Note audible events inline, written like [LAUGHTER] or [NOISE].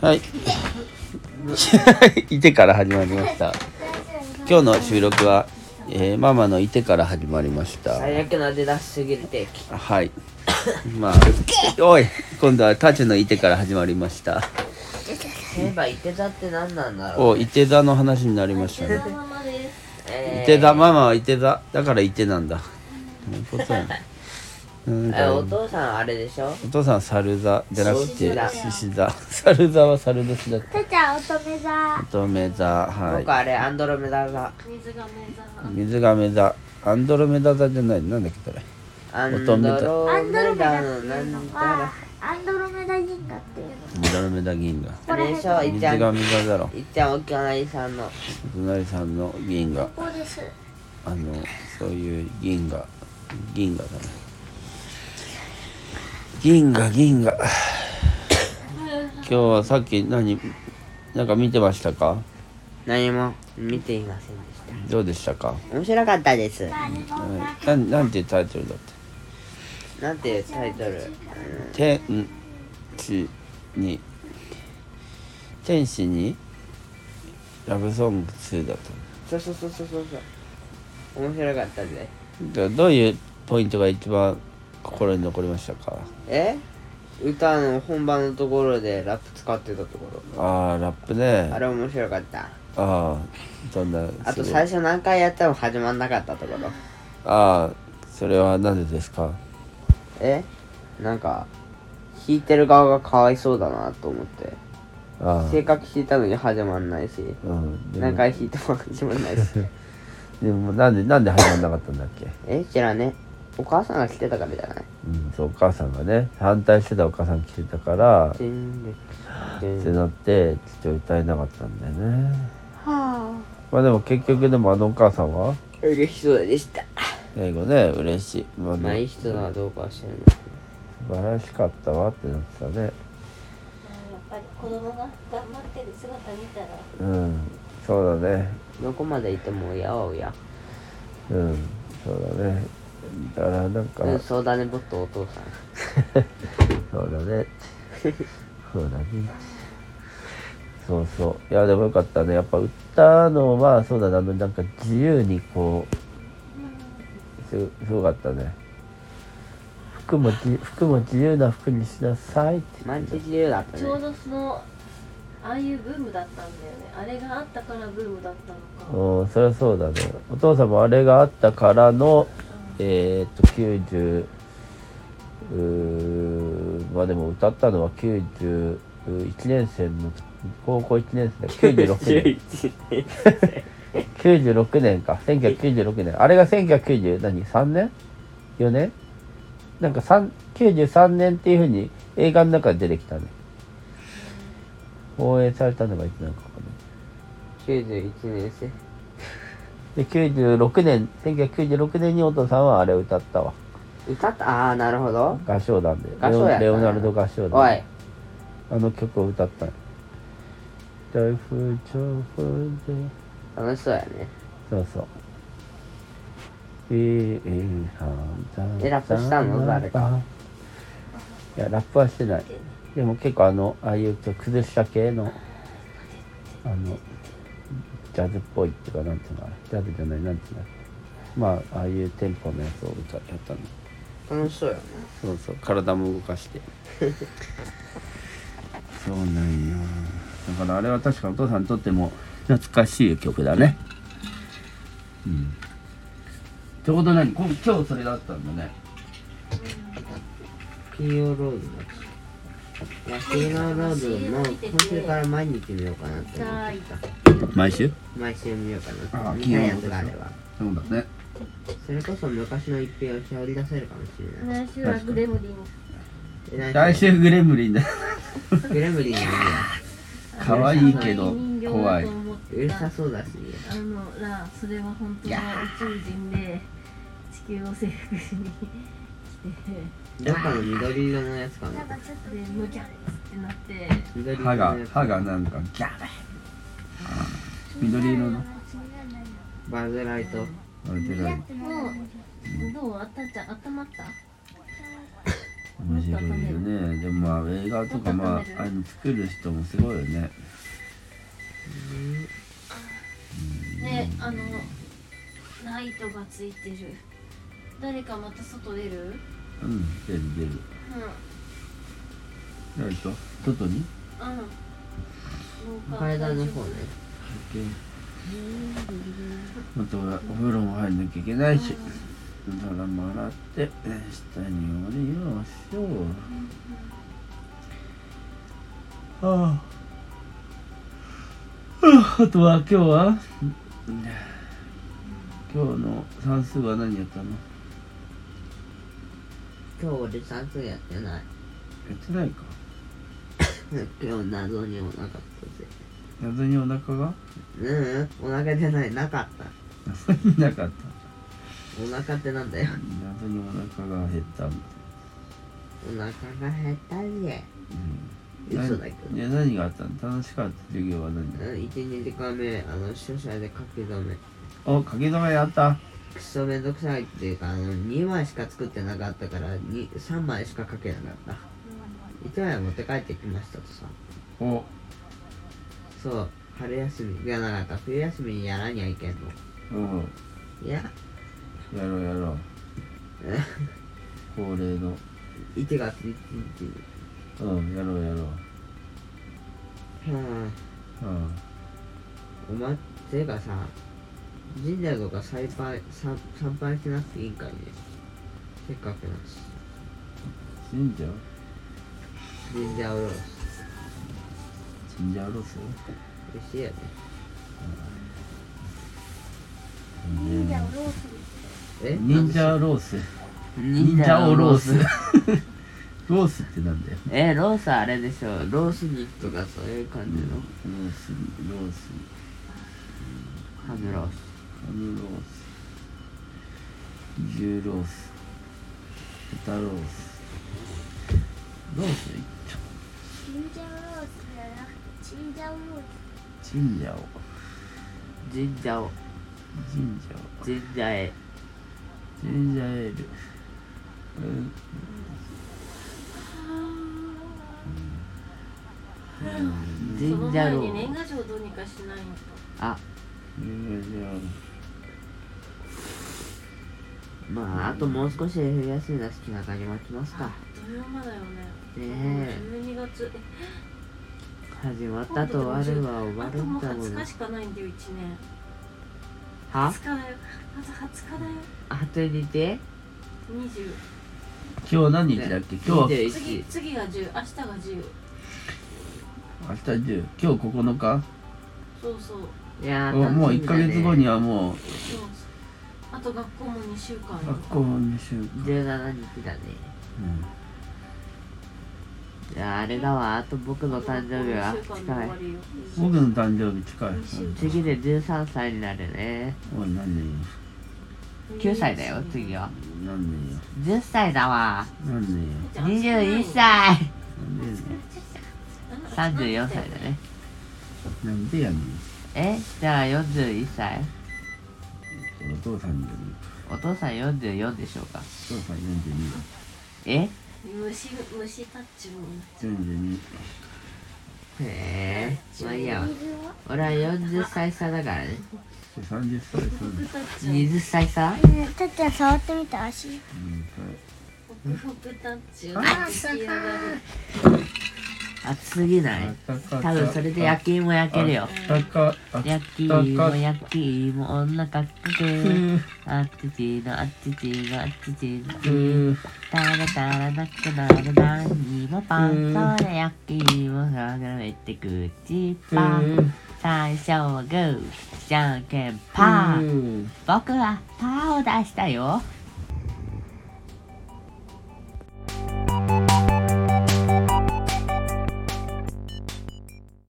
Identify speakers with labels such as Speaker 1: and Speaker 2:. Speaker 1: はい。 [LAUGHS] いてから始まりました。今日の収録は、えーママのいてから始まりました。
Speaker 2: 最悪な出だしすぎる定期
Speaker 1: はい。まあ、おい、今度はタチのいてから始まりました。
Speaker 2: そういえばいて座って何なんだろう
Speaker 1: お、いて座の話になりましたね。
Speaker 2: えー
Speaker 1: いて座、ママはいて座。だからいてなんだ。そういうことやな。うん
Speaker 2: えお父さんあれでしょ
Speaker 1: お父さんは猿座じゃなくて
Speaker 2: 獅子
Speaker 1: 獅子
Speaker 2: 座
Speaker 1: 座猿座は猿年だった
Speaker 3: てっちゃん乙女座
Speaker 1: 乙女座は
Speaker 2: 僕あれアンドロメダが
Speaker 3: 水が
Speaker 1: い
Speaker 3: 目座
Speaker 1: 水亀座アンドロメダ座じゃないなんだっけそれ
Speaker 2: アン
Speaker 1: 乙
Speaker 2: ド
Speaker 1: 女座
Speaker 2: ロ
Speaker 3: アンドロ
Speaker 2: メ
Speaker 3: メ
Speaker 2: ダ
Speaker 3: ダって
Speaker 2: のない
Speaker 3: うんの
Speaker 2: だろ
Speaker 3: はアンドロメダ銀河っていう
Speaker 1: アンドロメダ銀河
Speaker 2: あれでしょいっ
Speaker 1: 水
Speaker 2: ちゃん
Speaker 1: 亀座だろ
Speaker 2: いっちゃんおきゃいさんの
Speaker 1: お隣さんの銀河
Speaker 3: ここです
Speaker 1: あのそういう銀河銀河だね銀河銀河今日はさっき何なんか見てましたか
Speaker 2: 何も見ていませんでし
Speaker 1: どうでしたか
Speaker 2: た面白かったです
Speaker 3: 誰もな
Speaker 1: はいなんなんてタイトルだった
Speaker 2: なんていうタイトル
Speaker 1: 天使に天使にラブソング2だっ
Speaker 2: そうそうそうそうそうそう面白かったね
Speaker 1: たどどういうポイントが一番心に残りましたか
Speaker 2: え歌の本番のところでラップ使ってたところ
Speaker 1: ああラップ
Speaker 2: あ
Speaker 1: ね
Speaker 2: れ面白かった
Speaker 1: ああそんな
Speaker 2: あ
Speaker 1: す
Speaker 2: と
Speaker 1: ごい
Speaker 2: 最初何回やっても始まんなかったところ
Speaker 1: ああそれはなぜですか
Speaker 2: えなんか弾いてる側がかわいそうだなと思って
Speaker 1: あ
Speaker 2: 性格弾いたのに始まんないし
Speaker 1: あうんでも
Speaker 2: 何回弾いても始まん
Speaker 1: [LAUGHS]
Speaker 2: ないし
Speaker 1: でもなんでなんで始まんなかったんだっけ
Speaker 2: え知らねお母さんが来てたからじゃない
Speaker 1: うんそうお母さんがね反対してたお母さん来てたから
Speaker 2: チンルチン
Speaker 1: ってなってちょっと歌えなかったんだよね
Speaker 3: は
Speaker 1: まあでも結局でもあのお母さんは
Speaker 2: 嬉しそうでした
Speaker 1: 英語ね嬉しい、まあね
Speaker 2: まあいい人ならどうかは知らない
Speaker 1: 素晴らしかったわってなってたね
Speaker 4: やっぱり子供が頑張ってる姿見たら
Speaker 1: うんそうだね
Speaker 2: どこまで行ってもおやおや
Speaker 1: うんそうだねだからなんか、
Speaker 2: うんそうだねぼっとお父さん
Speaker 1: そうだねそうだねそうそういやでもよかったねやっぱ歌のはそうだなあのなんか自由にこうすすごかったね服もじ服も自由な服にしなさいって
Speaker 2: 毎日自由だった
Speaker 4: ちょ
Speaker 2: [LAUGHS]
Speaker 4: う
Speaker 2: ね
Speaker 4: どそのああいうブームだったんだよねあれがあったからブームだったのか
Speaker 1: うん、そりゃそうだね。お父さんもあれがあったからの、えーっと、90、うーまあでも歌ったのは91年生の、高校1年生だ、96年。96年か、1996年。あれが1990、何 ?3 年 ?4 年なんか3 93年っていうふうに映画の中で出てきたね。放映されたのがいつなのかわかんない。
Speaker 2: 91年生
Speaker 1: で96年1996年にお父さんはあれを歌ったわ
Speaker 2: 歌ったああーなるほど
Speaker 1: 合唱団で
Speaker 2: 合唱やった
Speaker 1: レオレオナルド合唱
Speaker 2: おい
Speaker 1: 団あの曲を歌ったの大風潮風で
Speaker 2: 楽しそうやね
Speaker 1: そうそうえ
Speaker 2: えラップしたの誰か
Speaker 1: いやラップはしてないでも結構あのああいうちょっと崩した系のあのジャズっぽいっていうかなんていうのかなジャズじゃないなんていうのまあああいうテンポのやつを歌やったの
Speaker 2: 楽しそうやね
Speaker 1: そうそう体も動かして [LAUGHS] そうなんよだからあれは確かお父さんにとっても懐かしい曲だねうんちょうど何こ今日それだったんだね
Speaker 2: 金曜ロードだっけいや金曜ロードも今週から毎日見ようかなって思ってた
Speaker 1: 毎週
Speaker 2: 毎週見ようかな
Speaker 1: あ
Speaker 2: 見
Speaker 1: 金曜ロー
Speaker 2: たいや
Speaker 1: ド
Speaker 2: つがあれば
Speaker 1: そうだね
Speaker 2: それこそ昔の一品をしり出せるかもしれない
Speaker 4: 来週はグレムリン
Speaker 2: え
Speaker 1: 来週グレムリンだ
Speaker 2: グレムリンの家
Speaker 1: 可愛いけど
Speaker 4: 人形
Speaker 1: 怖
Speaker 4: だ
Speaker 1: い
Speaker 4: と思って
Speaker 2: うるさ
Speaker 4: た
Speaker 2: そうだし
Speaker 4: あのらそれは本当の宇宙人で地球を征服しに来
Speaker 2: どっかの緑色のやつか
Speaker 3: なんか
Speaker 2: な
Speaker 3: ちょっ
Speaker 4: てでむきゃってなって
Speaker 2: 緑色
Speaker 1: 歯が
Speaker 2: のやつ
Speaker 1: 歯がなんかギャー緑色の
Speaker 2: バズライト
Speaker 1: あれ出ない
Speaker 4: もうどうあったちゃん温まった
Speaker 1: 面白いよねでもまあ映画とかまああの作る人もすごいよね
Speaker 4: ねあのライトがついてる誰かまた外出る
Speaker 1: うん出る出るよいしょ外に
Speaker 4: うんうん廊下
Speaker 2: 階段の方ね
Speaker 1: あとはお風呂も入んなきゃいけないしだからも洗って下に降りましょうああはああとは今日は今日の算数は何やったの
Speaker 2: 今日俺算数やってな
Speaker 1: や
Speaker 2: い [LAUGHS]
Speaker 1: ってないか
Speaker 2: 今日謎におなかったぜ
Speaker 1: 謎にお腹が
Speaker 2: ううんお腹出ないなかった
Speaker 1: 謎になかった
Speaker 2: お腹ってなんだよ
Speaker 1: 謎にお腹が減ったみたい
Speaker 2: お腹が減ったぜ
Speaker 1: な、
Speaker 2: 嘘だけど
Speaker 1: いや何があったの楽しかった授業は何だ
Speaker 2: 12時間目あの書写で書き留め
Speaker 1: お書き留めやった
Speaker 2: クソめんどくさいっていうかあの2枚しか作ってなかったからに3枚しか書けなかった1枚は持って帰ってきましたとさ
Speaker 1: お
Speaker 2: そう春休みいやなかった冬休みにやらにゃいけんの
Speaker 1: お
Speaker 2: いや
Speaker 1: やろうやろう
Speaker 2: え
Speaker 1: 恒例の
Speaker 2: 1月1日に
Speaker 1: うんやろうやろううん
Speaker 2: はあお前ていうかさ神社とか参拝参参拝しなくていいんかいねせっかくだし
Speaker 1: 死んじゃう
Speaker 2: 神社おろし
Speaker 1: 死んじゃうろそ
Speaker 2: 美味しいよね
Speaker 3: 忍者をロース
Speaker 2: え
Speaker 1: 忍者ロース
Speaker 2: 忍
Speaker 1: 忍者
Speaker 2: 者
Speaker 1: を
Speaker 2: お
Speaker 1: ロ
Speaker 2: ろ
Speaker 1: ー
Speaker 2: し
Speaker 1: ス [LAUGHS] ロースってなんだよ
Speaker 2: えロースあれでしょロース肉とかそういう感じの
Speaker 1: ロースにロースに
Speaker 2: ハムロース
Speaker 1: ハムロース牛ロース豚ロースロースいっちゃ
Speaker 3: 忍者をロースじゃなくて忍者をロース
Speaker 1: う神社を
Speaker 2: 神社を
Speaker 1: 神社を
Speaker 2: 神社へ
Speaker 1: ジンジャーエール。うん。
Speaker 2: 神社
Speaker 4: その前
Speaker 2: ロ
Speaker 4: に
Speaker 2: ー
Speaker 4: 年賀状どうにかしないのか
Speaker 2: あ
Speaker 1: ジンジャーエール。
Speaker 2: まああともう少しで冬休みだし気長に待ちますか
Speaker 4: 土曜まだよね
Speaker 2: ねえ
Speaker 4: 12月
Speaker 2: 始まったと終わるは終わ
Speaker 4: あ
Speaker 2: る
Speaker 4: とも
Speaker 2: ん
Speaker 4: う
Speaker 2: だもん
Speaker 4: 20
Speaker 2: は
Speaker 4: 日しかないんだよ1年
Speaker 2: あ
Speaker 4: 20日だよあと20日だよ
Speaker 2: とにて
Speaker 4: 20
Speaker 1: 今日何日だっけ、今日
Speaker 2: 21
Speaker 4: 次次が10明日が10
Speaker 1: 明日10今日9日、
Speaker 4: そうそう
Speaker 2: いや
Speaker 1: お
Speaker 2: ー
Speaker 1: もう
Speaker 2: 楽し
Speaker 1: 1
Speaker 2: み
Speaker 1: ヶ
Speaker 2: だね
Speaker 1: 月後にはもう
Speaker 4: そうあと学校も2週間よ
Speaker 1: 学校も2週間、
Speaker 2: 17日だねいやーあれだわあと僕の誕生日は近い
Speaker 1: 僕の誕生日近い
Speaker 2: 次で13歳になるね
Speaker 1: おい何年よ
Speaker 2: 9歳だよ次は
Speaker 1: 何年よ
Speaker 2: 10歳だわ
Speaker 1: 何年よ
Speaker 2: 21歳
Speaker 1: なんでやね
Speaker 2: 34歳だね
Speaker 1: んなんでやねん
Speaker 2: えじゃあ41歳
Speaker 1: お父さんじゃね
Speaker 2: お父さん44でしょうか
Speaker 1: えお父さん42だ
Speaker 2: え
Speaker 4: 虫虫タッチも
Speaker 1: 42
Speaker 2: へえまあいいや
Speaker 3: 水を
Speaker 2: 俺は40歳差だからね
Speaker 1: で30歳そう
Speaker 4: ふ
Speaker 1: で
Speaker 4: く
Speaker 1: す
Speaker 4: タッチも
Speaker 2: 20歳差
Speaker 3: うんたっちゃん触ってみた足
Speaker 1: うん
Speaker 4: ふくふくタッチを出来上がる
Speaker 2: 暑すぎない多分それで焼き芋焼けるよ
Speaker 1: あったかあった
Speaker 2: 焼き芋焼き芋女かっこいいあっちちーのあっちちーのあっちちーの
Speaker 1: うん
Speaker 2: たらたらなくなる何もパンそれ焼き芋ががめて口パン最初はグーじゃんけんパー
Speaker 1: うん
Speaker 2: 僕はパーを出したよ